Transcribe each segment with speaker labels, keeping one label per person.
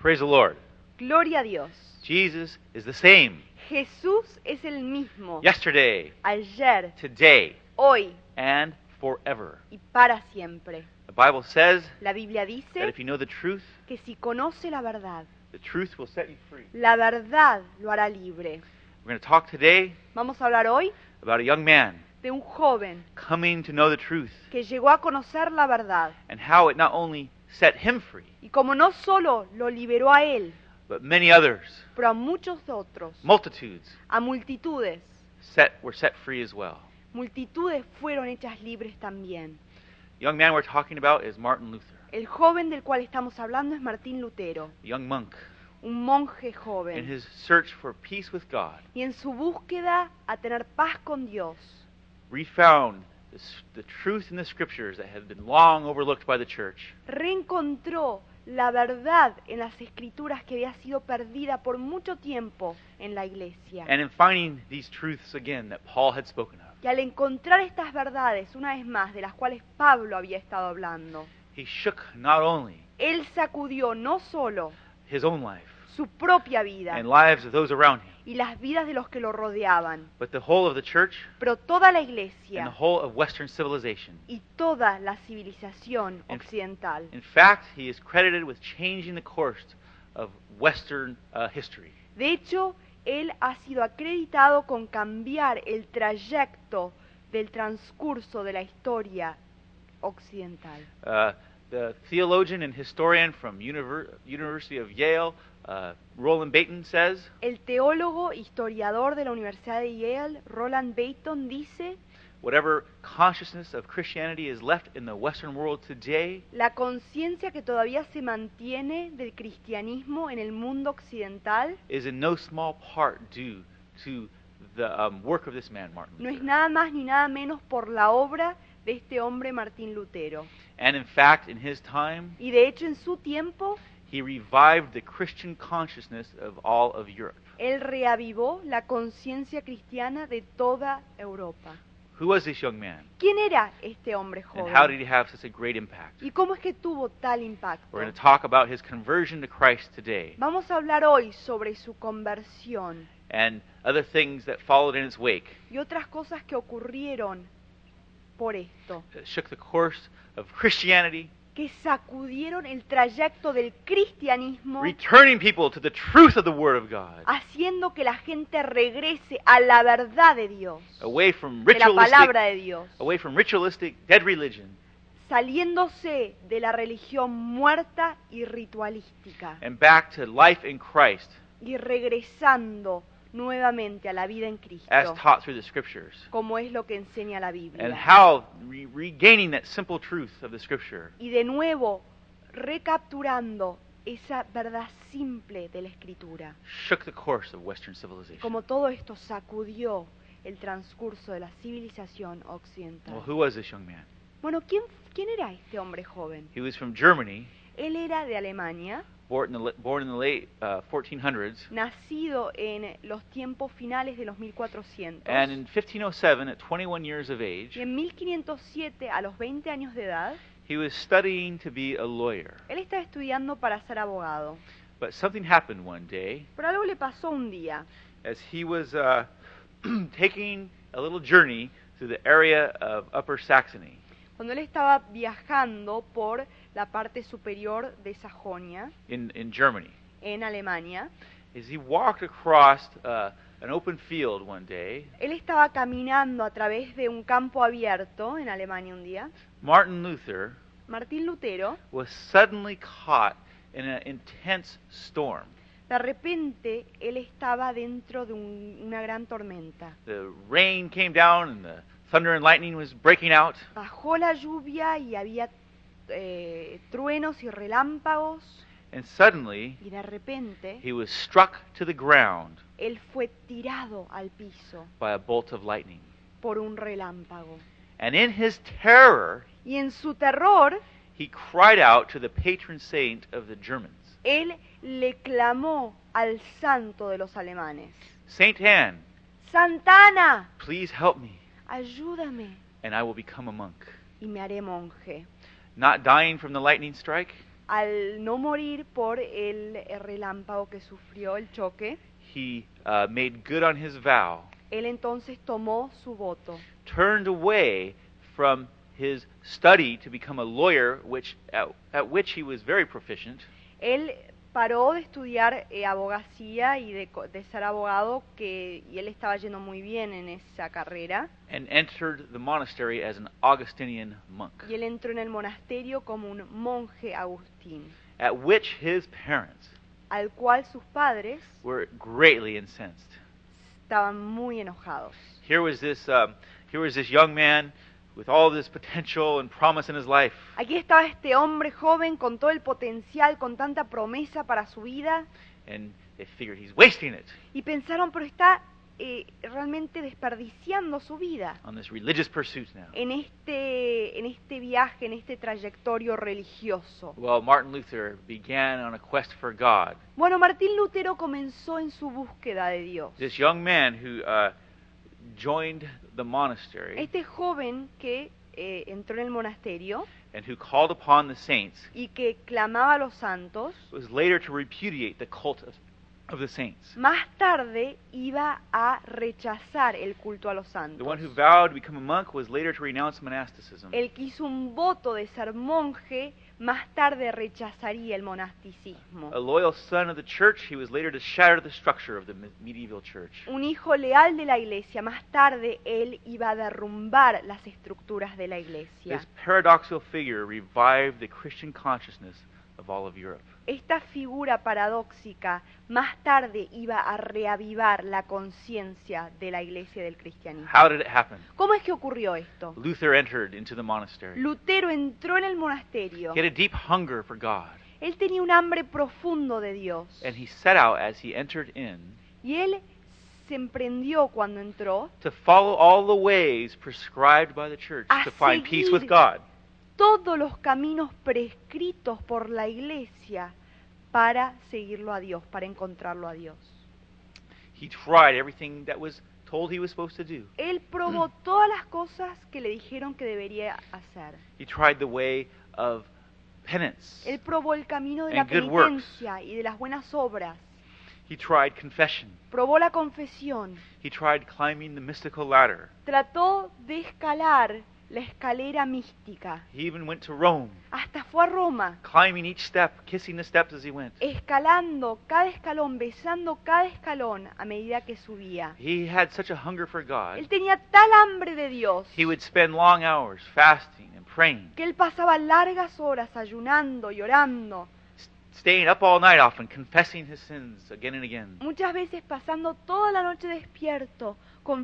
Speaker 1: Praise the Lord.
Speaker 2: Gloria a Dios.
Speaker 1: Jesus is the same
Speaker 2: Jesús es el mismo
Speaker 1: yesterday,
Speaker 2: ayer,
Speaker 1: today,
Speaker 2: hoy
Speaker 1: and forever.
Speaker 2: y para siempre.
Speaker 1: The Bible says
Speaker 2: La Biblia
Speaker 1: that
Speaker 2: dice
Speaker 1: if you know the truth,
Speaker 2: que si conoce la verdad,
Speaker 1: the truth will set you free.
Speaker 2: la verdad lo hará libre.
Speaker 1: We're going to talk today
Speaker 2: Vamos a hablar hoy
Speaker 1: about a young man
Speaker 2: de un joven
Speaker 1: coming to know the truth
Speaker 2: que llegó a conocer la verdad
Speaker 1: and how it not only set him free,
Speaker 2: y como no solo lo liberó a él,
Speaker 1: but many others,
Speaker 2: pero a muchos otros,
Speaker 1: multitudes,
Speaker 2: a multitudes,
Speaker 1: set were set free as well.
Speaker 2: multitudes fueron hechas libres también.
Speaker 1: The young man we're talking about is Martin Luther,
Speaker 2: El joven del cual estamos hablando es Martín Lutero,
Speaker 1: a young monk,
Speaker 2: un monje
Speaker 1: in
Speaker 2: joven,
Speaker 1: his search for peace with God,
Speaker 2: y en su búsqueda a tener paz con Dios,
Speaker 1: refound the, s- the truth in the scriptures that had been long overlooked by the church.
Speaker 2: reencontró la verdad en las escrituras que había sido perdida por mucho tiempo en la iglesia.
Speaker 1: And in finding these truths again that Paul had spoken of,
Speaker 2: Y al encontrar estas verdades, una vez más, de las cuales Pablo había estado hablando,
Speaker 1: he shook not only
Speaker 2: él sacudió no solo
Speaker 1: his own life
Speaker 2: su propia vida
Speaker 1: and lives of those around him,
Speaker 2: y las vidas de los que lo rodeaban,
Speaker 1: but the whole of the church
Speaker 2: pero toda la
Speaker 1: and the
Speaker 2: iglesia
Speaker 1: whole of Western civilization.
Speaker 2: y toda la civilización
Speaker 1: En-
Speaker 2: occidental.
Speaker 1: In fact, he is credited with changing the course of Western uh, history.
Speaker 2: De hecho, él ha sido acreditado con cambiar el trayecto del transcurso de la historia occidental.
Speaker 1: Uh, the theologian and historian from Univer- University of Yale, uh, Roland Baton, says
Speaker 2: El teólogo historiador de la Universidad de Yale, Roland Baton, dice
Speaker 1: whatever consciousness of Christianity is left in the Western world today
Speaker 2: La conciencia que todavía se mantiene del cristianismo en el mundo occidental
Speaker 1: is in no small part due to the um, work of this man, Martin
Speaker 2: no es
Speaker 1: Luther.
Speaker 2: nada más ni nada menos por la obra de este hombre Martín Lutero.
Speaker 1: And in fact, in his time,
Speaker 2: Y de hecho en su tiempo
Speaker 1: he revived the Christian consciousness of all of Europe.
Speaker 2: él reavivó la conciencia cristiana de toda Europa.
Speaker 1: Who was this young man?
Speaker 2: ¿Quién era este hombre
Speaker 1: And how did
Speaker 2: joven?
Speaker 1: he have such a great impact?
Speaker 2: ¿Y cómo es que tuvo tal impacto?
Speaker 1: We're going to talk about his conversion to Christ today
Speaker 2: Vamos a hablar hoy sobre su conversión
Speaker 1: and other things that followed in its wake
Speaker 2: y otras cosas que ocurrieron por esto.
Speaker 1: that shook the course of Christianity,
Speaker 2: que sacudieron el trayecto del cristianismo,
Speaker 1: returning people to the truth of the Word of God,
Speaker 2: haciendo que la gente regrese a la verdad de Dios,
Speaker 1: away from
Speaker 2: de la palabra
Speaker 1: ritualistic,
Speaker 2: de Dios,
Speaker 1: away from ritualistic dead religion,
Speaker 2: saliéndose de la religión muerta y ritualística
Speaker 1: and back to life in Christ,
Speaker 2: y regresando nuevamente a la vida en
Speaker 1: as
Speaker 2: Cristo,
Speaker 1: taught through the Scriptures,
Speaker 2: como es lo que enseña la
Speaker 1: and
Speaker 2: Biblia.
Speaker 1: how re- regaining that simple truth of the Scripture
Speaker 2: Y de nuevo, recapturando esa verdad simple de la Escritura.
Speaker 1: shook the course of Western civilization.
Speaker 2: Como todo esto sacudió el transcurso de la civilización
Speaker 1: Well,
Speaker 2: occidental.
Speaker 1: who was this young man?
Speaker 2: Bueno, ¿quién, quién era este hombre joven?
Speaker 1: He was from Germany,
Speaker 2: Él era de Alemania,
Speaker 1: born in the, la- born in the late uh, 1400s.
Speaker 2: nacido en los tiempos finales de los 1400.
Speaker 1: And in 1507, at 21 years of age,
Speaker 2: Y en 1507, a los 20 años de edad,
Speaker 1: he was studying to be a lawyer.
Speaker 2: él estaba estudiando para ser abogado.
Speaker 1: But something happened one day
Speaker 2: Pero algo le pasó un día.
Speaker 1: as he was uh, taking a little journey through the area of Upper Saxony.
Speaker 2: Cuando él estaba viajando por la parte superior de Sajonia,
Speaker 1: In, in Germany.
Speaker 2: en Alemania,
Speaker 1: As he walked across uh, an open field one day,
Speaker 2: Él estaba caminando a través de un campo abierto en Alemania un día.
Speaker 1: Martin Luther
Speaker 2: Martín Lutero
Speaker 1: was suddenly caught in an intense storm.
Speaker 2: de repente él estaba dentro de un- una gran tormenta.
Speaker 1: The rain came down and the thunder and lightning was breaking out.
Speaker 2: Bajó la lluvia y había eh, truenos y relámpagos
Speaker 1: And suddenly,
Speaker 2: y de repente
Speaker 1: he was struck to the ground
Speaker 2: él fue tirado al piso
Speaker 1: by a bolt of lightning.
Speaker 2: por un relámpago.
Speaker 1: And in his terror,
Speaker 2: Y en su terror
Speaker 1: he cried out to the patron saint of the Germans,
Speaker 2: él le clamó al santo de los alemanes.
Speaker 1: Saint Anne,
Speaker 2: Santana,
Speaker 1: please help me,
Speaker 2: ayúdame
Speaker 1: and I will become a monk.
Speaker 2: y me haré monje.
Speaker 1: Not dying from the lightning strike,
Speaker 2: al no morir por el eh, relámpago que sufrió el choque,
Speaker 1: He uh, made good on his vow,
Speaker 2: él entonces tomó su voto,
Speaker 1: turned away from his study to become a lawyer, which at, at which he was very proficient,
Speaker 2: él paró de estudiar eh, abogacía y de, co- de ser abogado, que y él estaba yendo muy bien en esa carrera,
Speaker 1: and entered the monastery as an Augustinian monk,
Speaker 2: y él entró en el monasterio como un monje agustín,
Speaker 1: at which his parents
Speaker 2: al cual sus padres
Speaker 1: were greatly incensed.
Speaker 2: estaban muy enojados.
Speaker 1: Here was this, um, here was this young man with all this potential and promise in his life,
Speaker 2: Aquí estaba este hombre joven con todo el potencial, con tanta promesa para su vida,
Speaker 1: and they figured he's wasting it
Speaker 2: y pensaron, pero está eh, realmente desperdiciando su vida
Speaker 1: on this religious pursuit now.
Speaker 2: en este, en este viaje, en este trayectorio religioso.
Speaker 1: Well, Martin Luther began on a quest for God.
Speaker 2: Bueno, Martín Lutero comenzó en su búsqueda de Dios.
Speaker 1: This young man who uh, joined the monastery
Speaker 2: Este joven que eh, entró en el monasterio
Speaker 1: and who called upon the saints
Speaker 2: y que clamaba a los santos,
Speaker 1: was later to repudiate the cult of, of the saints.
Speaker 2: más tarde iba a rechazar el culto a los
Speaker 1: The
Speaker 2: santos.
Speaker 1: one who vowed to become a monk was later to renounce monasticism.
Speaker 2: El que hizo un voto de ser monje, más tarde rechazaría el monasticismo.
Speaker 1: A loyal son of the church, he was later to shatter the structure of the me- medieval church.
Speaker 2: Un hijo leal de la iglesia, más tarde él iba a derrumbar las estructuras de la iglesia.
Speaker 1: This paradoxical figure revived the Christian consciousness of all of Europe.
Speaker 2: Esta figura paradójica más tarde iba a reavivar la conciencia de la iglesia y del cristianismo.
Speaker 1: How did it happen?
Speaker 2: ¿Cómo es que ocurrió esto?
Speaker 1: Luther entered into the monastery.
Speaker 2: Lutero entró en el monasterio.
Speaker 1: He had a deep hunger for God,
Speaker 2: Él tenía un hambre profundo de Dios.
Speaker 1: and he set out as he entered in
Speaker 2: Y él se emprendió cuando entró
Speaker 1: to follow all the ways prescribed by the church
Speaker 2: A
Speaker 1: to find peace
Speaker 2: seguir.
Speaker 1: with God.
Speaker 2: todos los caminos prescritos por la iglesia para seguirlo a Dios, para encontrarlo a Dios.
Speaker 1: He tried everything that was told he was supposed to do.
Speaker 2: Él
Speaker 1: Mm.
Speaker 2: probó todas las cosas que le dijeron que debería hacer.
Speaker 1: He tried the way of penance.
Speaker 2: Él probó el camino de la
Speaker 1: And good works.
Speaker 2: penitencia y de las buenas obras.
Speaker 1: He tried confession.
Speaker 2: Probó la confesión.
Speaker 1: He tried climbing the mystical ladder.
Speaker 2: Trató de escalar la escalera mística.
Speaker 1: He even went to Rome,
Speaker 2: Hasta fue a Roma,
Speaker 1: climbing each step, kissing the steps as he went.
Speaker 2: escalando cada escalón, besando cada escalón a medida que subía.
Speaker 1: He had such a hunger for
Speaker 2: Él
Speaker 1: God.
Speaker 2: tenía tal hambre de Dios
Speaker 1: He would spend long hours fasting and praying,
Speaker 2: que él pasaba largas horas ayunando y orando,
Speaker 1: s- staying up all night often, confessing his sins again and again.
Speaker 2: muchas veces pasando toda la noche despierto,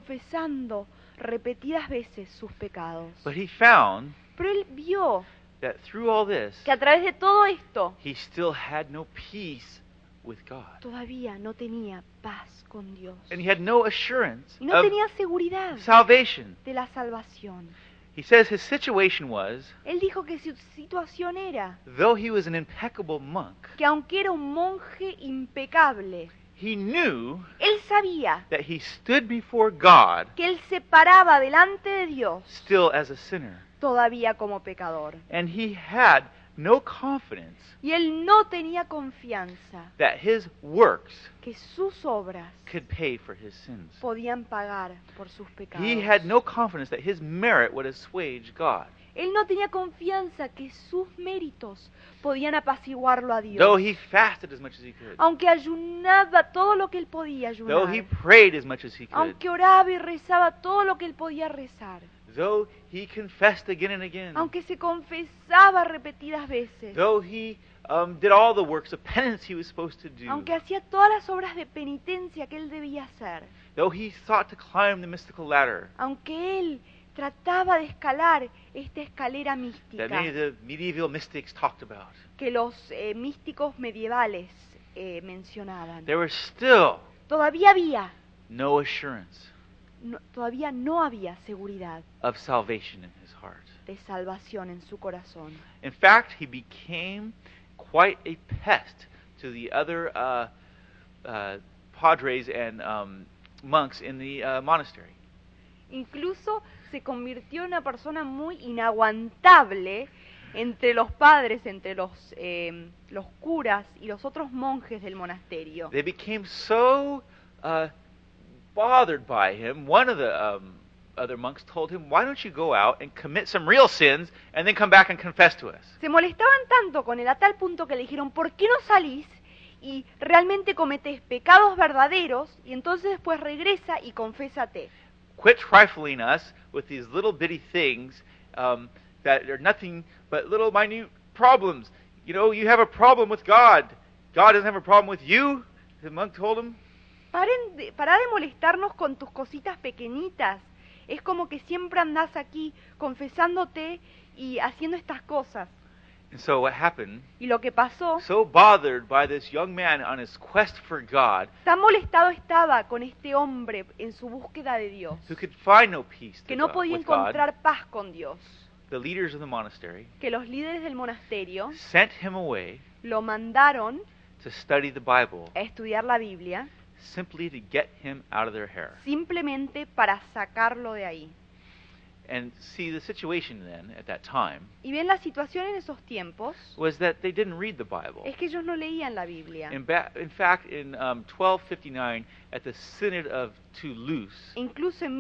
Speaker 2: confesando repetidas veces sus pecados.
Speaker 1: But he found
Speaker 2: Pero él vio
Speaker 1: that through all this,
Speaker 2: que a través de todo esto
Speaker 1: he still had no peace with God.
Speaker 2: todavía no tenía paz con Dios.
Speaker 1: And he had no assurance
Speaker 2: Y no
Speaker 1: of
Speaker 2: tenía seguridad
Speaker 1: salvation.
Speaker 2: de la salvación.
Speaker 1: He says his situation was
Speaker 2: Él dijo que su situación era
Speaker 1: though he was an impeccable monk,
Speaker 2: que aunque era un monje impecable,
Speaker 1: he knew
Speaker 2: él sabía
Speaker 1: that he stood before God
Speaker 2: que él se paraba delante de Dios
Speaker 1: still as a sinner.
Speaker 2: todavía como pecador.
Speaker 1: And he had no confidence
Speaker 2: Y él no tenía confianza
Speaker 1: that his works
Speaker 2: que sus obras
Speaker 1: could pay for his sins.
Speaker 2: podían pagar por sus pecados.
Speaker 1: He had no confidence that his merit would assuage God.
Speaker 2: Él no tenía confianza que sus méritos podían apaciguarlo a
Speaker 1: Though
Speaker 2: Dios. Oh,
Speaker 1: he fasted as much as he could,
Speaker 2: Aunque ayunaba todo lo que él podía
Speaker 1: though he
Speaker 2: ayunar,
Speaker 1: prayed as much as he could,
Speaker 2: aunque oraba y rezaba todo lo que él podía rezar,
Speaker 1: though he confessed again and again,
Speaker 2: aunque se confesaba repetidas veces,
Speaker 1: though he um, did all the works of penance he was supposed to do,
Speaker 2: aunque hacía todas las obras de penitencia que él debía hacer,
Speaker 1: though he sought to climb the mystical ladder
Speaker 2: aunque él trataba de escalar esta escalera
Speaker 1: that
Speaker 2: mística.
Speaker 1: many of the medieval mystics talked about,
Speaker 2: que los eh, místicos medievales eh, mencionaban.
Speaker 1: there was still
Speaker 2: Todavía había,
Speaker 1: no assurance
Speaker 2: no- todavía no había seguridad
Speaker 1: of salvation in his heart.
Speaker 2: de salvación en su corazón.
Speaker 1: In fact, he became quite a pest to the other uh, uh, padres and um, monks in the uh, monastery.
Speaker 2: Incluso se convirtió en una persona muy inaguantable entre los padres, entre los, eh, los curas y los otros monjes del monasterio.
Speaker 1: They became so uh, bothered by him. One of the um, other monks told him, Why don't you go out and commit some real sins and then come back and confess to us?
Speaker 2: Se molestaban tanto con él a tal punto que le dijeron, ¿por qué no salís y realmente cometés pecados verdaderos y entonces después regresa y confésate?
Speaker 1: Quit trifling us with these little bitty things um, that are nothing but little minute problems. You know, you have a problem with God. God doesn't have a problem with you, the monk told him.
Speaker 2: Paren de, pará de molestarnos con tus cositas pequeñitas. Es como que siempre andás aquí confesándote y haciendo estas cosas.
Speaker 1: And so what happened?
Speaker 2: Y lo que pasó,
Speaker 1: So bothered by this young man on his quest for God,
Speaker 2: tan molestado estaba con este hombre en su búsqueda de Dios,
Speaker 1: who could find no peace
Speaker 2: que
Speaker 1: to
Speaker 2: no
Speaker 1: God-
Speaker 2: podía
Speaker 1: with God,
Speaker 2: encontrar paz con Dios,
Speaker 1: the leaders of the monastery
Speaker 2: que los líderes del monasterio
Speaker 1: sent him away
Speaker 2: lo mandaron
Speaker 1: to study the Bible
Speaker 2: a estudiar la Biblia
Speaker 1: simply to get him out of their hair.
Speaker 2: simplemente para sacarlo de ahí.
Speaker 1: And see, the situation then at that time
Speaker 2: Y bien, la situación en esos tiempos
Speaker 1: was that they didn't read the Bible.
Speaker 2: es que ellos no leían la Biblia.
Speaker 1: In, ba- in fact, in um, 1259, at the Synod of Toulouse,
Speaker 2: Incluso en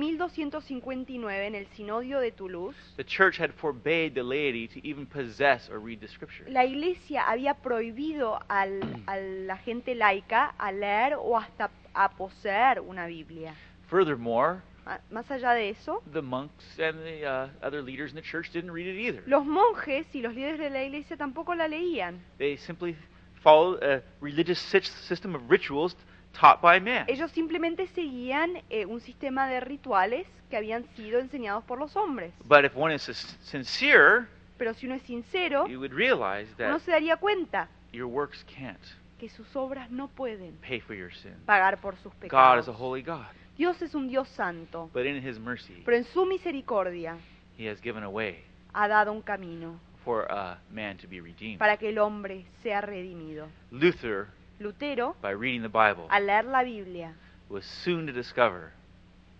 Speaker 2: 1259, en el Sinodio de Toulouse,
Speaker 1: the church had forbade the laity to even possess or read the scripture.
Speaker 2: la iglesia había prohibido al- a la gente laica a leer o hasta a poseer una Biblia.
Speaker 1: Furthermore,
Speaker 2: Ah, Más allá de eso,
Speaker 1: the monks and the uh, other leaders in the church didn't read it either.
Speaker 2: los monjes y los líderes de la iglesia tampoco la leían.
Speaker 1: They simply followed a religious sy- system of rituals taught by man.
Speaker 2: Ellos simplemente seguían eh, un sistema de rituales que habían sido enseñados por los hombres.
Speaker 1: But if one is sin- sincere,
Speaker 2: Pero si uno es sincero,
Speaker 1: you would realize
Speaker 2: uno
Speaker 1: that
Speaker 2: se daría cuenta
Speaker 1: your works can't
Speaker 2: que sus obras no pueden
Speaker 1: pay for your sin.
Speaker 2: pagar por sus
Speaker 1: God is a
Speaker 2: pecados.
Speaker 1: holy God,
Speaker 2: Dios es un Dios santo,
Speaker 1: but in His mercy,
Speaker 2: pero en su misericordia
Speaker 1: He has given a way
Speaker 2: ha dado un camino
Speaker 1: for uh, man to be redeemed.
Speaker 2: para que el hombre sea redimido.
Speaker 1: Luther,
Speaker 2: Lutero,
Speaker 1: by reading the Bible,
Speaker 2: al leer la Biblia,
Speaker 1: was soon to discover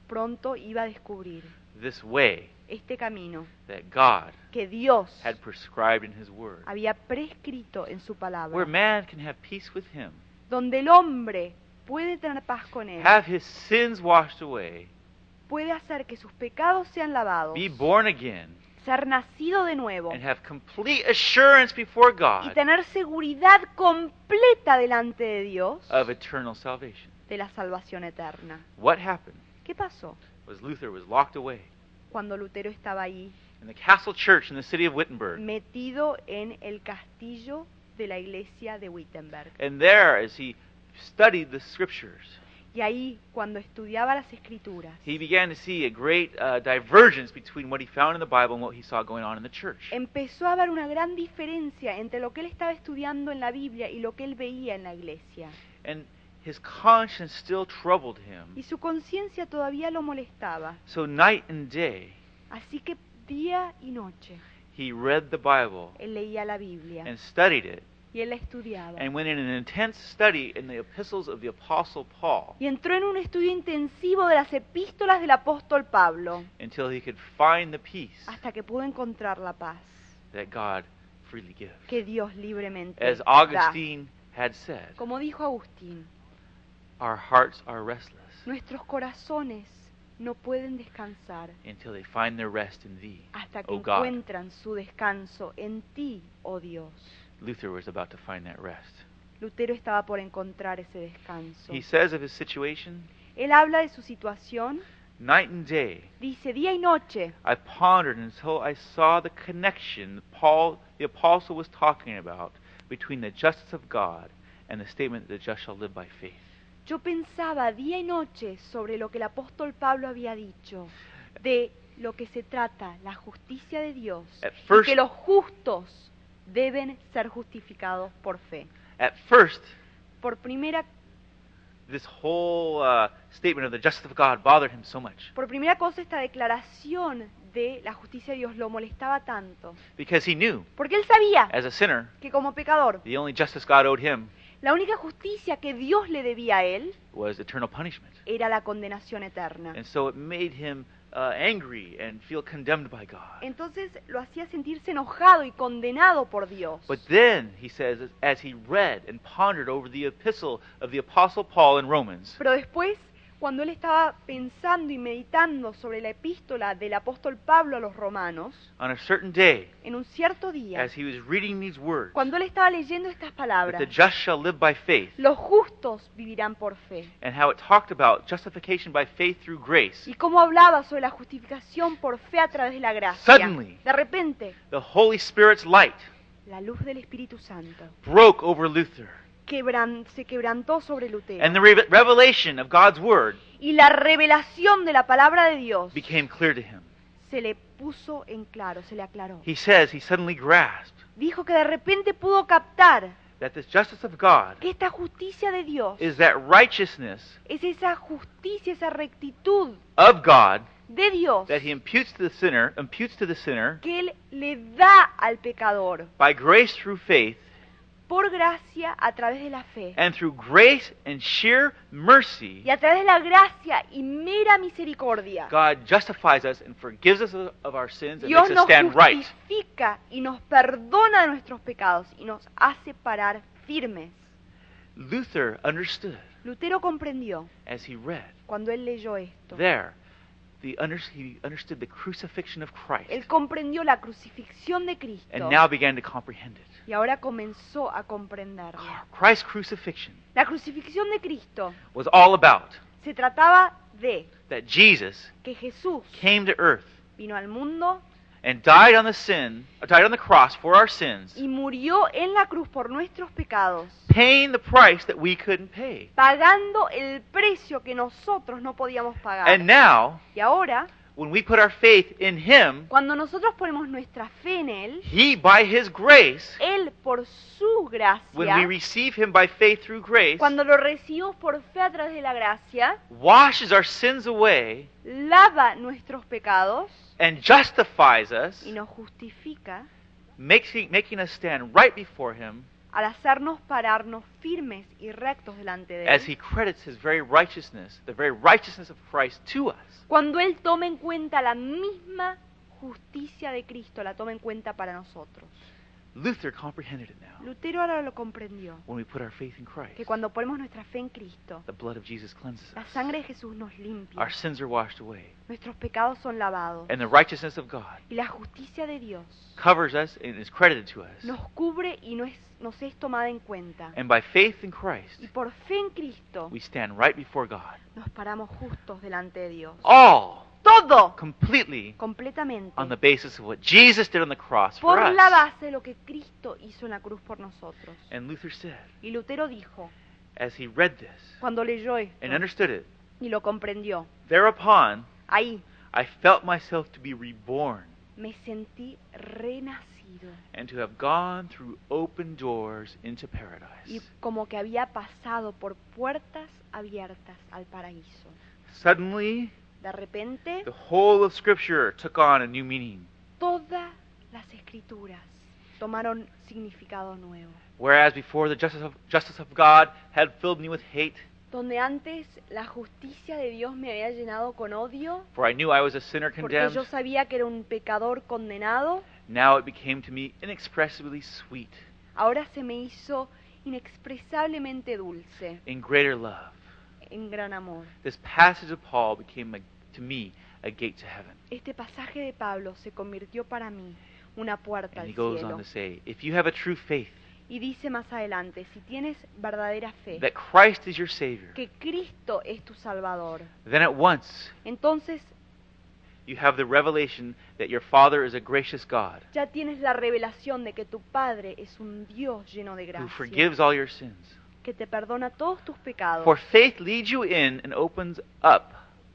Speaker 2: pronto iba a descubrir
Speaker 1: this way
Speaker 2: este camino
Speaker 1: that God
Speaker 2: que Dios
Speaker 1: had prescribed in His Word,
Speaker 2: había prescrito en su
Speaker 1: where
Speaker 2: palabra,
Speaker 1: man can have peace with Him,
Speaker 2: donde el hombre puede tener paz con él,
Speaker 1: have his sins washed away,
Speaker 2: puede hacer que sus pecados sean lavados,
Speaker 1: be born again,
Speaker 2: ser nacido de nuevo
Speaker 1: and have complete assurance before
Speaker 2: y
Speaker 1: God
Speaker 2: tener seguridad completa delante de Dios
Speaker 1: of eternal salvation.
Speaker 2: de la salvación eterna.
Speaker 1: What happened
Speaker 2: ¿Qué pasó
Speaker 1: was Luther was locked away
Speaker 2: cuando Lutero estaba ahí,
Speaker 1: in the castle church in the city of Wittenberg.
Speaker 2: metido en el castillo de la iglesia de Wittenberg?
Speaker 1: And there, as he studied the scriptures,
Speaker 2: Y ahí, cuando estudiaba las escrituras,
Speaker 1: he began to see a great uh, divergence between what he found in the Bible and what he saw going on in the church.
Speaker 2: empezó a haber una gran diferencia entre lo que él estaba estudiando en la Biblia y lo que él veía en la iglesia.
Speaker 1: And his conscience still troubled
Speaker 2: Y
Speaker 1: him.
Speaker 2: su conciencia todavía lo molestaba.
Speaker 1: So night and day,
Speaker 2: Así que día y noche,
Speaker 1: he read the Bible
Speaker 2: él leía la Biblia
Speaker 1: and studied it
Speaker 2: y él la estudiaba.
Speaker 1: and went in an intense study in the epistles of the Apostle Paul
Speaker 2: Y entró en un estudio intensivo de las epístolas del apóstol Pablo
Speaker 1: until he could find the peace
Speaker 2: hasta que pudo encontrar la paz
Speaker 1: that God freely gives.
Speaker 2: que Dios libremente
Speaker 1: As
Speaker 2: da.
Speaker 1: Augustine had said,
Speaker 2: Como dijo Agustín,
Speaker 1: our hearts are restless
Speaker 2: nuestros corazones no pueden descansar
Speaker 1: until they find their rest in thee.
Speaker 2: hasta que
Speaker 1: Oh God.
Speaker 2: encuentran su descanso en ti, oh Dios.
Speaker 1: Luther was about to find that rest.
Speaker 2: Lutero estaba por encontrar ese descanso.
Speaker 1: He says of his situation,
Speaker 2: Él habla de su situación,
Speaker 1: night and day
Speaker 2: dice día y noche.
Speaker 1: I pondered until I saw the connection Paul the apostle was talking about between the justice of God and the statement that the just shall live by faith.
Speaker 2: Yo pensaba día y noche sobre lo que el apóstol Pablo había dicho, de lo que se trata, la justicia de Dios,
Speaker 1: At
Speaker 2: y
Speaker 1: first-
Speaker 2: que los justos deben ser justificados por fe.
Speaker 1: At first,
Speaker 2: Por primera,
Speaker 1: this whole uh, statement of the justice of God bothered him so much
Speaker 2: por primera cosa esta declaración de la justicia de Dios lo molestaba tanto,
Speaker 1: because he knew,
Speaker 2: porque él sabía
Speaker 1: as a sinner,
Speaker 2: que como pecador,
Speaker 1: the only justice God owed him
Speaker 2: la única justicia que Dios le debía a él
Speaker 1: was eternal punishment.
Speaker 2: era la condenación eterna.
Speaker 1: And so it made him uh, angry and feel condemned by God.
Speaker 2: Entonces lo hacía sentirse enojado y condenado por Dios.
Speaker 1: But then, he says, as he read and pondered over the epistle of the Apostle Paul in Romans,
Speaker 2: Pero después, cuando él estaba pensando y meditando sobre la epístola del apóstol Pablo a los romanos,
Speaker 1: on a certain day,
Speaker 2: en un cierto día,
Speaker 1: as he was reading these words,
Speaker 2: cuando él estaba leyendo estas
Speaker 1: that
Speaker 2: palabras,
Speaker 1: the just shall live by faith,
Speaker 2: los justos vivirán por fe,
Speaker 1: and how it talked about justification by faith through grace,
Speaker 2: y cómo hablaba sobre la justificación por fe a través de la gracia,
Speaker 1: Suddenly.
Speaker 2: de repente,
Speaker 1: the Holy Spirit's light
Speaker 2: la luz del Espíritu Santo
Speaker 1: broke over Luther.
Speaker 2: quebran- se quebrantó sobre Lutero,
Speaker 1: And the re- revelation of God's word
Speaker 2: y la revelación de la palabra de Dios
Speaker 1: became clear to him.
Speaker 2: se le puso en claro, se le aclaró.
Speaker 1: He says he suddenly grasped
Speaker 2: Dijo que de repente pudo captar
Speaker 1: that this justice of God
Speaker 2: que esta justicia de Dios
Speaker 1: is that righteousness
Speaker 2: es esa justicia, esa rectitud
Speaker 1: of God
Speaker 2: de Dios
Speaker 1: that he imputes to the sinner, imputes to the sinner
Speaker 2: que Él le da al pecador
Speaker 1: by grace through faith,
Speaker 2: por gracia a través de la fe.
Speaker 1: and through grace and sheer mercy,
Speaker 2: Y a través de la gracia y mera misericordia,
Speaker 1: God justifies us and forgives us of- of our sins and
Speaker 2: Dios
Speaker 1: makes us
Speaker 2: nos
Speaker 1: stand right.
Speaker 2: justifica y nos perdona de nuestros pecados y nos hace parar firmes.
Speaker 1: Luther understood
Speaker 2: Lutero comprendió
Speaker 1: as he read
Speaker 2: cuando él leyó esto.
Speaker 1: there. The under- he understood the crucifixion of
Speaker 2: Él
Speaker 1: Christ
Speaker 2: comprendió la crucifixión de Cristo
Speaker 1: and now began to comprehend it.
Speaker 2: y ahora comenzó a comprenderla.
Speaker 1: Christ's crucifixion
Speaker 2: La crucifixión de Cristo
Speaker 1: was all about
Speaker 2: se trataba de
Speaker 1: that Jesus
Speaker 2: que Jesús
Speaker 1: came to earth
Speaker 2: vino al mundo
Speaker 1: and died on the sin, died on the cross for our sins,
Speaker 2: y murió en la cruz por nuestros pecados,
Speaker 1: paying the price that we couldn't pay.
Speaker 2: pagando el precio que nosotros no podíamos pagar.
Speaker 1: And now,
Speaker 2: Y ahora,
Speaker 1: when we put our faith in him,
Speaker 2: cuando nosotros ponemos nuestra fe en Él,
Speaker 1: he by his grace,
Speaker 2: Él por su
Speaker 1: when we
Speaker 2: gracia,
Speaker 1: receive him by faith through grace,
Speaker 2: cuando lo recibimos por fe a través de la gracia,
Speaker 1: washes our sins away
Speaker 2: lava nuestros pecados
Speaker 1: and justifies us,
Speaker 2: y nos justifica
Speaker 1: making, making us stand right before him
Speaker 2: al hacernos pararnos firmes y rectos delante de
Speaker 1: as
Speaker 2: Él.
Speaker 1: he credits his very righteousness, the very righteousness of Christ to us.
Speaker 2: Cuando Él toma en cuenta la misma justicia de Cristo, la toma en cuenta para nosotros.
Speaker 1: Luther comprehended it now.
Speaker 2: Lutero ahora lo comprendió,
Speaker 1: when we put our faith in Christ.
Speaker 2: que cuando ponemos nuestra fe en Cristo,
Speaker 1: The blood of Jesus cleanses
Speaker 2: la
Speaker 1: us.
Speaker 2: sangre de Jesús nos limpia,
Speaker 1: Our sins are washed away.
Speaker 2: nuestros pecados son lavados
Speaker 1: And the righteousness of God
Speaker 2: y la justicia de Dios
Speaker 1: covers us and is credited to us.
Speaker 2: nos cubre y no es, nos es tomada en cuenta.
Speaker 1: And by faith in Christ,
Speaker 2: Y por fe en Cristo
Speaker 1: we stand right before God.
Speaker 2: nos paramos justos delante de Dios.
Speaker 1: All
Speaker 2: Todo,
Speaker 1: completely
Speaker 2: completamente,
Speaker 1: on the basis of what Jesus did on the cross for
Speaker 2: por la
Speaker 1: us.
Speaker 2: base de lo que Cristo hizo en la cruz por nosotros.
Speaker 1: And Luther said,
Speaker 2: Y Lutero dijo,
Speaker 1: as he read this
Speaker 2: cuando leyó
Speaker 1: and
Speaker 2: esto
Speaker 1: understood it,
Speaker 2: y lo comprendió,
Speaker 1: thereupon
Speaker 2: ahí
Speaker 1: I felt myself to be reborn
Speaker 2: me sentí renacido
Speaker 1: and to have gone through open doors into
Speaker 2: y
Speaker 1: paradise.
Speaker 2: como que había pasado por puertas abiertas al paraíso.
Speaker 1: Suddenly,
Speaker 2: De repente,
Speaker 1: The whole of Scripture took on a new meaning.
Speaker 2: todas las escrituras tomaron significado nuevo.
Speaker 1: Whereas before the justice of, justice of God had filled me with hate,
Speaker 2: Donde antes la justicia de Dios me había llenado con odio,
Speaker 1: for I knew I was a sinner
Speaker 2: porque
Speaker 1: condemned,
Speaker 2: yo sabía que era un pecador condenado,
Speaker 1: now it became to me inexpressibly sweet
Speaker 2: ahora se me hizo inexpresablemente dulce,
Speaker 1: in greater love.
Speaker 2: en gran amor.
Speaker 1: This passage of Paul became a, to me a gate to heaven.
Speaker 2: Este pasaje de Pablo se convirtió para mí una puerta
Speaker 1: And
Speaker 2: al
Speaker 1: he goes on
Speaker 2: cielo.
Speaker 1: to say, if you have a true faith
Speaker 2: Y dice más adelante, si tienes verdadera fe,
Speaker 1: that Christ is your Savior,
Speaker 2: que Cristo es tu Salvador,
Speaker 1: then at once
Speaker 2: entonces
Speaker 1: you have the revelation that your Father is a gracious God
Speaker 2: ya tienes la revelación de que tu Padre es un Dios lleno de
Speaker 1: who
Speaker 2: gracia,
Speaker 1: forgives all your sins.
Speaker 2: que te perdona todos tus pecados.
Speaker 1: For faith leads you in and opens up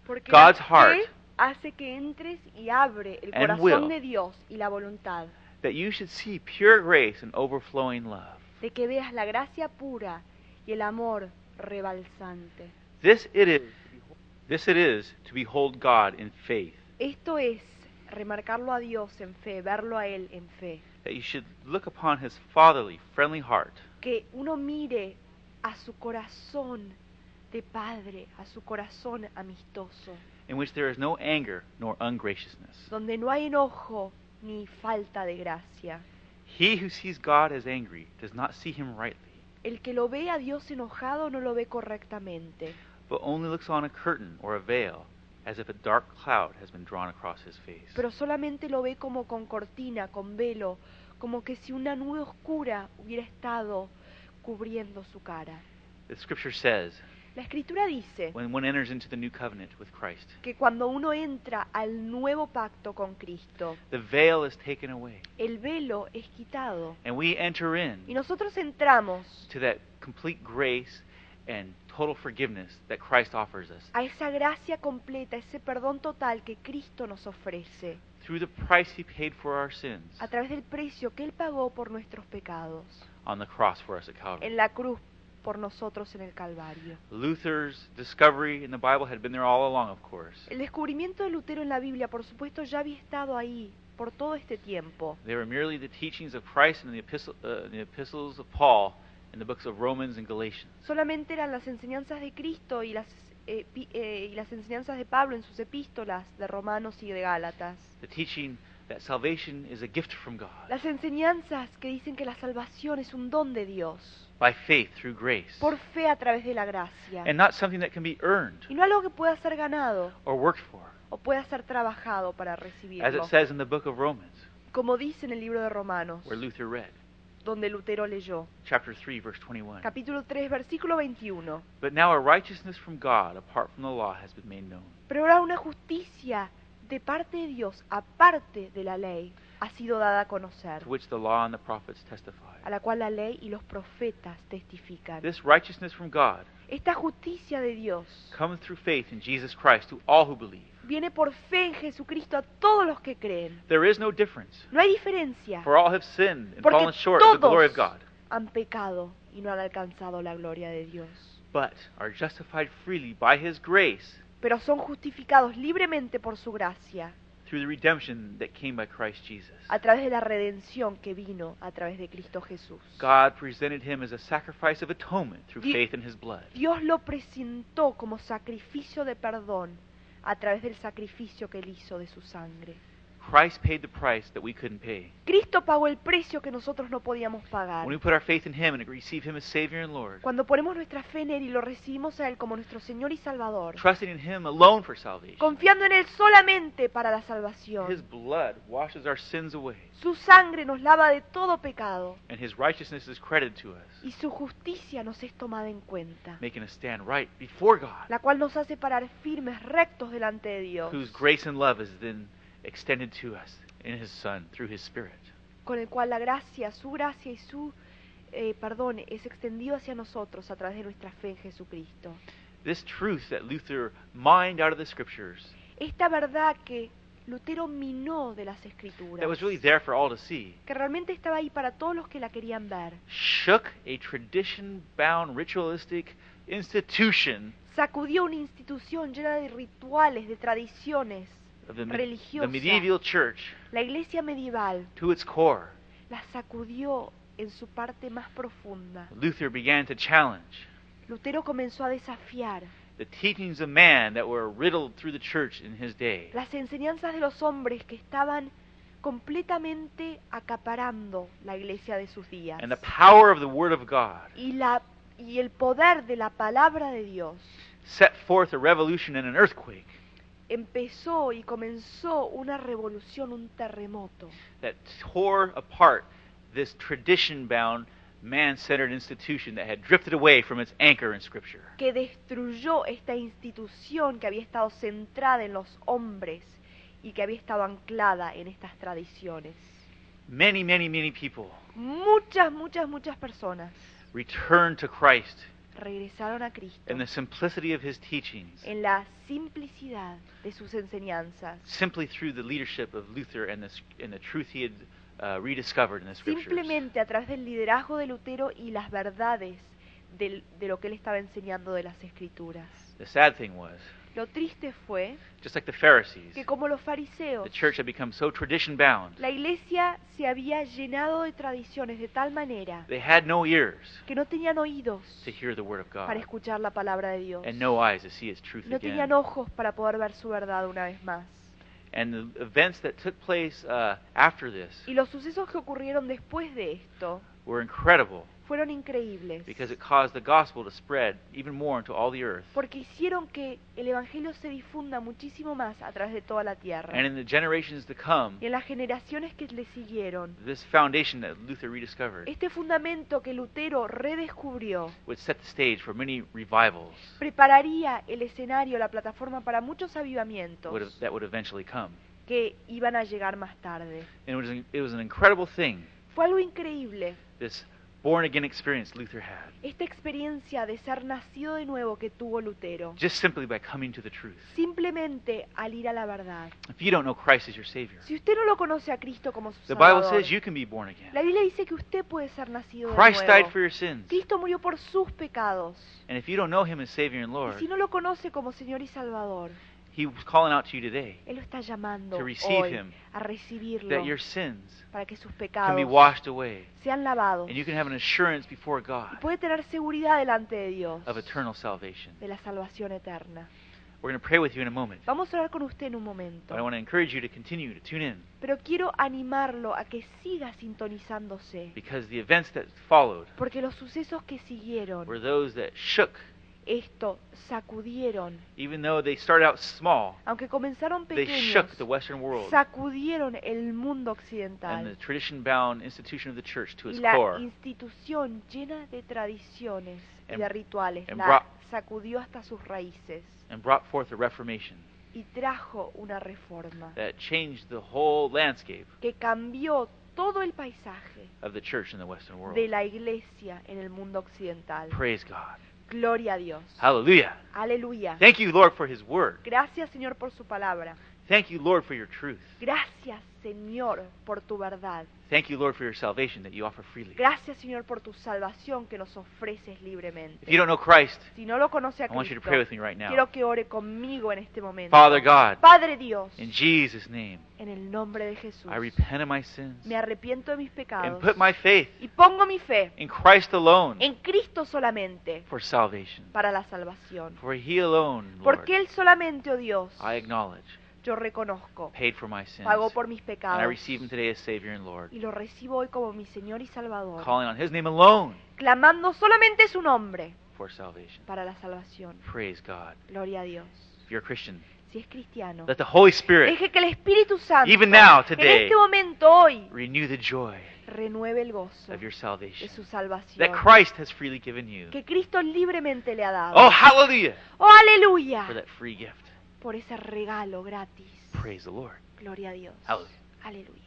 Speaker 2: Porque
Speaker 1: God's
Speaker 2: la fe
Speaker 1: heart.
Speaker 2: hace que entres y abre el
Speaker 1: And
Speaker 2: corazón
Speaker 1: will.
Speaker 2: de Dios y la voluntad,
Speaker 1: that you should see pure grace and overflowing love.
Speaker 2: de que veas la gracia pura y el amor rebalsante.
Speaker 1: This it is. This it is to behold God in faith.
Speaker 2: Esto es remarcarlo a Dios en fe, verlo a Él en fe,
Speaker 1: That you should look upon his fatherly, friendly heart
Speaker 2: que uno mire a su corazón de padre, a su corazón amistoso,
Speaker 1: in which there is no anger nor ungraciousness.
Speaker 2: donde no hay enojo ni falta de gracia.
Speaker 1: He who sees God as angry does not see him rightly,
Speaker 2: El que lo ve a Dios enojado no lo ve correctamente,
Speaker 1: but only looks on a curtain or a veil as if a dark cloud has been drawn across his face.
Speaker 2: pero solamente lo ve como con cortina, con velo, como que si una nube oscura hubiera estado cubriendo su cara.
Speaker 1: The scripture says,
Speaker 2: La escritura dice
Speaker 1: when one enters into the new covenant with Christ,
Speaker 2: que cuando uno entra al nuevo pacto con Cristo,
Speaker 1: the veil is taken away,
Speaker 2: el velo es quitado
Speaker 1: and we enter in
Speaker 2: y nosotros entramos
Speaker 1: to that complete grace and total forgiveness that Christ offers us
Speaker 2: a esa gracia completa, ese perdón total que Cristo nos ofrece
Speaker 1: through the price he paid for our sins
Speaker 2: a través del precio que Él pagó por nuestros pecados
Speaker 1: on the cross for us at Calvary.
Speaker 2: en la cruz por nosotros en el Calvario.
Speaker 1: Luther's discovery in the Bible had been there all along, of course.
Speaker 2: El descubrimiento de Lutero en la Biblia, por supuesto, ya había estado ahí por todo este tiempo.
Speaker 1: They were merely the teachings of Christ in the, epistle, uh, the epistles of Paul in the books of Romans and Galatians.
Speaker 2: Solamente eran las enseñanzas de Cristo y las, eh, pi- eh, y las enseñanzas de Pablo en sus epístolas de Romanos y de Gálatas.
Speaker 1: The teaching that salvation is a gift from God
Speaker 2: Las enseñanzas que dicen que la salvación es un don de Dios,
Speaker 1: by faith through grace,
Speaker 2: por fe a través de la gracia,
Speaker 1: and not something that can be earned
Speaker 2: y no algo que pueda ser ganado
Speaker 1: or worked for,
Speaker 2: o pueda ser trabajado para
Speaker 1: as it
Speaker 2: recibirlo,
Speaker 1: says in the book of Romans,
Speaker 2: como dice en el libro de Romanos,
Speaker 1: where Luther read,
Speaker 2: donde Lutero leyó,
Speaker 1: chapter 3, verse 21.
Speaker 2: capítulo 3, versículo 21.
Speaker 1: But now a righteousness from God apart from the law has been made known,
Speaker 2: Pero ahora una justicia de parte de Dios, aparte de la ley, ha sido dada a conocer,
Speaker 1: to which the law and the prophets
Speaker 2: a
Speaker 1: testify.
Speaker 2: la cual la ley y los profetas testifican.
Speaker 1: This righteousness from God
Speaker 2: Esta justicia de Dios
Speaker 1: comes through faith in Jesus Christ to all who believe.
Speaker 2: viene por fe en Jesucristo a todos los que creen.
Speaker 1: There is no difference.
Speaker 2: No hay diferencia.
Speaker 1: For all have sinned and
Speaker 2: Porque
Speaker 1: fallen short of the glory of
Speaker 2: todos-
Speaker 1: God,
Speaker 2: Han pecado y no han alcanzado la gloria de Dios.
Speaker 1: but are justified freely by His grace
Speaker 2: Pero son justificados libremente por su gracia,
Speaker 1: through the redemption that came by Christ Jesus.
Speaker 2: a través de la redención que vino a través de Cristo Jesús.
Speaker 1: God presented Him as a sacrifice of atonement through
Speaker 2: Di-
Speaker 1: faith in His blood.
Speaker 2: Dios lo presentó como sacrificio de perdón a través del sacrificio que él hizo de su sangre.
Speaker 1: Christ paid the price that we couldn't pay.
Speaker 2: Cristo pagó el precio que nosotros no podíamos pagar.
Speaker 1: When we put our faith in Him and receive Him as Savior and Lord,
Speaker 2: Cuando ponemos nuestra fe en Él y lo recibimos a Él como nuestro Señor y Salvador,
Speaker 1: trusting in Him alone for salvation,
Speaker 2: confiando en Él solamente para la
Speaker 1: His
Speaker 2: salvación,
Speaker 1: blood washes our sins away,
Speaker 2: su sangre nos lava de todo pecado
Speaker 1: and His righteousness is credited to us,
Speaker 2: y su justicia nos es tomada en cuenta,
Speaker 1: making us stand right before God,
Speaker 2: la cual nos hace parar firmes, rectos delante de Dios,
Speaker 1: whose grace and love is then extended to us in His Son through His Spirit.
Speaker 2: con el cual la gracia, su gracia y su eh, perdón es extendido hacia nosotros a través de nuestra fe en Jesucristo.
Speaker 1: This truth that Luther mined out of the scriptures,
Speaker 2: Esta verdad que Lutero minó de las escrituras,
Speaker 1: that was really there for all to see,
Speaker 2: que realmente estaba ahí para todos los que la querían ver,
Speaker 1: shook a tradition bound ritualistic institution
Speaker 2: sacudió una institución llena de rituales, de tradiciones,
Speaker 1: of the, me- the
Speaker 2: religiosa,
Speaker 1: medieval church
Speaker 2: la iglesia medieval,
Speaker 1: to its core.
Speaker 2: la sacudió en su parte más profunda.
Speaker 1: Luther began to challenge
Speaker 2: Lutero comenzó a desafiar
Speaker 1: the teachings of man that were riddled through the church in his day.
Speaker 2: las enseñanzas de los hombres que estaban completamente acaparando la iglesia de sus días
Speaker 1: and the power of the Word of God
Speaker 2: y la y el poder de la palabra de Dios
Speaker 1: set forth a revolution and an earthquake
Speaker 2: empezó y comenzó una revolución, un terremoto
Speaker 1: that tore apart this tradition bound, man centered institution that had drifted away from its anchor in Scripture.
Speaker 2: que destruyó esta institución que había estado centrada en los hombres y que había estado anclada en estas tradiciones.
Speaker 1: Many, many, many people
Speaker 2: Muchas, muchas, muchas personas
Speaker 1: returned to Christ
Speaker 2: regresaron a Cristo
Speaker 1: in the simplicity of his teachings,
Speaker 2: en la simplicidad de sus enseñanzas.
Speaker 1: simply through the leadership of Luther and the, sc- and the truth he had uh, rediscovered in the Scriptures.
Speaker 2: Simplemente a través del liderazgo de Lutero y las verdades del- de lo que él estaba enseñando de las escrituras.
Speaker 1: The sad thing was,
Speaker 2: Lo triste fue
Speaker 1: just like the Pharisees.
Speaker 2: que como los fariseos,
Speaker 1: The church had become so tradition bound.
Speaker 2: la iglesia se había llenado de tradiciones de tal manera
Speaker 1: They had no ears
Speaker 2: que no tenían oídos
Speaker 1: to hear the word of
Speaker 2: para
Speaker 1: God
Speaker 2: escuchar la palabra de Dios.
Speaker 1: and no eyes to see its truth
Speaker 2: No
Speaker 1: again.
Speaker 2: tenían ojos para poder ver su verdad una vez más.
Speaker 1: And the events that took place uh, after this
Speaker 2: Y los sucesos que ocurrieron después de esto
Speaker 1: were incredible
Speaker 2: fueron increíbles
Speaker 1: because it caused the gospel to spread even more into all the earth.
Speaker 2: porque hicieron que el Evangelio se difunda muchísimo más a través de toda la
Speaker 1: And
Speaker 2: tierra.
Speaker 1: in the generations to come,
Speaker 2: Y en las generaciones que le siguieron,
Speaker 1: this foundation that Luther rediscovered
Speaker 2: este fundamento que Lutero redescubrió
Speaker 1: would set the stage for many revivals
Speaker 2: prepararía el escenario, la plataforma para muchos
Speaker 1: would have-
Speaker 2: avivamientos
Speaker 1: that would eventually come.
Speaker 2: que iban a llegar más tarde.
Speaker 1: And it was, an, it was an incredible thing,
Speaker 2: Fue algo increíble
Speaker 1: this born again experience Luther had,
Speaker 2: esta experiencia de ser nacido de nuevo que tuvo Lutero,
Speaker 1: just simply by coming to the truth.
Speaker 2: simplemente al ir a la verdad.
Speaker 1: If you don't know Christ as your Savior,
Speaker 2: Si usted no lo conoce a Cristo como su
Speaker 1: the Bible
Speaker 2: Salvador,
Speaker 1: says you can be born
Speaker 2: la
Speaker 1: again.
Speaker 2: Biblia dice que usted puede ser nacido de
Speaker 1: Christ died
Speaker 2: nuevo.
Speaker 1: for your sins.
Speaker 2: Cristo murió por sus pecados.
Speaker 1: And if you don't know Him as Savior and
Speaker 2: Y
Speaker 1: Lord,
Speaker 2: si no lo conoce como Señor y Salvador,
Speaker 1: He was calling out to you today
Speaker 2: Él lo está llamando
Speaker 1: To receive
Speaker 2: hoy
Speaker 1: him.
Speaker 2: a recibirlo
Speaker 1: that your sins
Speaker 2: para que sus
Speaker 1: can
Speaker 2: pecados
Speaker 1: be washed away,
Speaker 2: sean lavados.
Speaker 1: and you can have an assurance before
Speaker 2: y
Speaker 1: God
Speaker 2: puede tener seguridad delante de Dios
Speaker 1: of eternal salvation.
Speaker 2: de la salvación eterna.
Speaker 1: We're going to pray with you in a moment.
Speaker 2: Vamos a orar con usted en un momento,
Speaker 1: But I want to encourage you to continue to tune in
Speaker 2: pero quiero animarlo a que siga sintonizándose,
Speaker 1: because the events that followed
Speaker 2: porque los sucesos que siguieron
Speaker 1: were those that shook.
Speaker 2: esto sacudieron,
Speaker 1: Even though they started out small,
Speaker 2: aunque comenzaron
Speaker 1: they shook
Speaker 2: pequeños,
Speaker 1: the Western world
Speaker 2: sacudieron el mundo
Speaker 1: and the
Speaker 2: occidental
Speaker 1: tradition bound institution of the church to
Speaker 2: y
Speaker 1: its
Speaker 2: la
Speaker 1: core
Speaker 2: institución llena de tradiciones y
Speaker 1: And-
Speaker 2: de rituales
Speaker 1: and
Speaker 2: la
Speaker 1: brought-
Speaker 2: sacudió hasta sus raíces
Speaker 1: and brought forth a reformation
Speaker 2: y trajo una reforma
Speaker 1: that changed the whole landscape
Speaker 2: que cambió todo el paisaje
Speaker 1: of the church in the Western world.
Speaker 2: de la iglesia en el mundo occidental.
Speaker 1: Praise God.
Speaker 2: Gloria a Dios.
Speaker 1: Hallelujah.
Speaker 2: Aleluya.
Speaker 1: Thank you, Lord, for His word.
Speaker 2: Gracias Señor por su palabra.
Speaker 1: Thank you, Lord, for your truth.
Speaker 2: Gracias Señor por tu verdad.
Speaker 1: Thank you, Lord, for your salvation that you offer freely.
Speaker 2: Gracias Señor por tu salvación que nos ofreces
Speaker 1: If you
Speaker 2: libremente.
Speaker 1: don't know Christ,
Speaker 2: Si no lo conoce a
Speaker 1: I want you to
Speaker 2: Cristo,
Speaker 1: pray with me right now.
Speaker 2: quiero que ore conmigo en este momento.
Speaker 1: Father God,
Speaker 2: Padre Dios,
Speaker 1: in Jesus' name,
Speaker 2: en el nombre de Jesús,
Speaker 1: I repent of my sins
Speaker 2: me arrepiento de mis
Speaker 1: and
Speaker 2: pecados
Speaker 1: put my faith
Speaker 2: y pongo mi fe
Speaker 1: in Christ alone
Speaker 2: en Cristo solamente
Speaker 1: for salvation.
Speaker 2: para la salvación.
Speaker 1: For He alone, Lord,
Speaker 2: Porque Él solamente, oh Dios,
Speaker 1: I acknowledge,
Speaker 2: yo reconozco,
Speaker 1: paid for my sins.
Speaker 2: pagó por mis
Speaker 1: And I
Speaker 2: pecados
Speaker 1: receive Him today as Savior and Lord,
Speaker 2: y lo recibo hoy como mi Señor y Salvador,
Speaker 1: calling on His name alone
Speaker 2: clamando solamente su nombre
Speaker 1: for salvation.
Speaker 2: para la salvación.
Speaker 1: Praise God.
Speaker 2: Gloria a Dios.
Speaker 1: If you're a Christian,
Speaker 2: Si es cristiano,
Speaker 1: let the Holy Spirit
Speaker 2: deje que el Espíritu Santo
Speaker 1: Even now,
Speaker 2: en
Speaker 1: today,
Speaker 2: este momento, hoy,
Speaker 1: renew the joy
Speaker 2: renueve el gozo
Speaker 1: of your
Speaker 2: de
Speaker 1: salvation
Speaker 2: su
Speaker 1: that
Speaker 2: salvación
Speaker 1: Christ has freely given you.
Speaker 2: que Cristo libremente le ha dado.
Speaker 1: Oh, hallelujah!
Speaker 2: ¡Oh, aleluya!
Speaker 1: For that free gift.
Speaker 2: Por ese regalo gratis.
Speaker 1: Praise the Lord.
Speaker 2: Gloria a Dios.
Speaker 1: Hallelujah.
Speaker 2: Aleluya.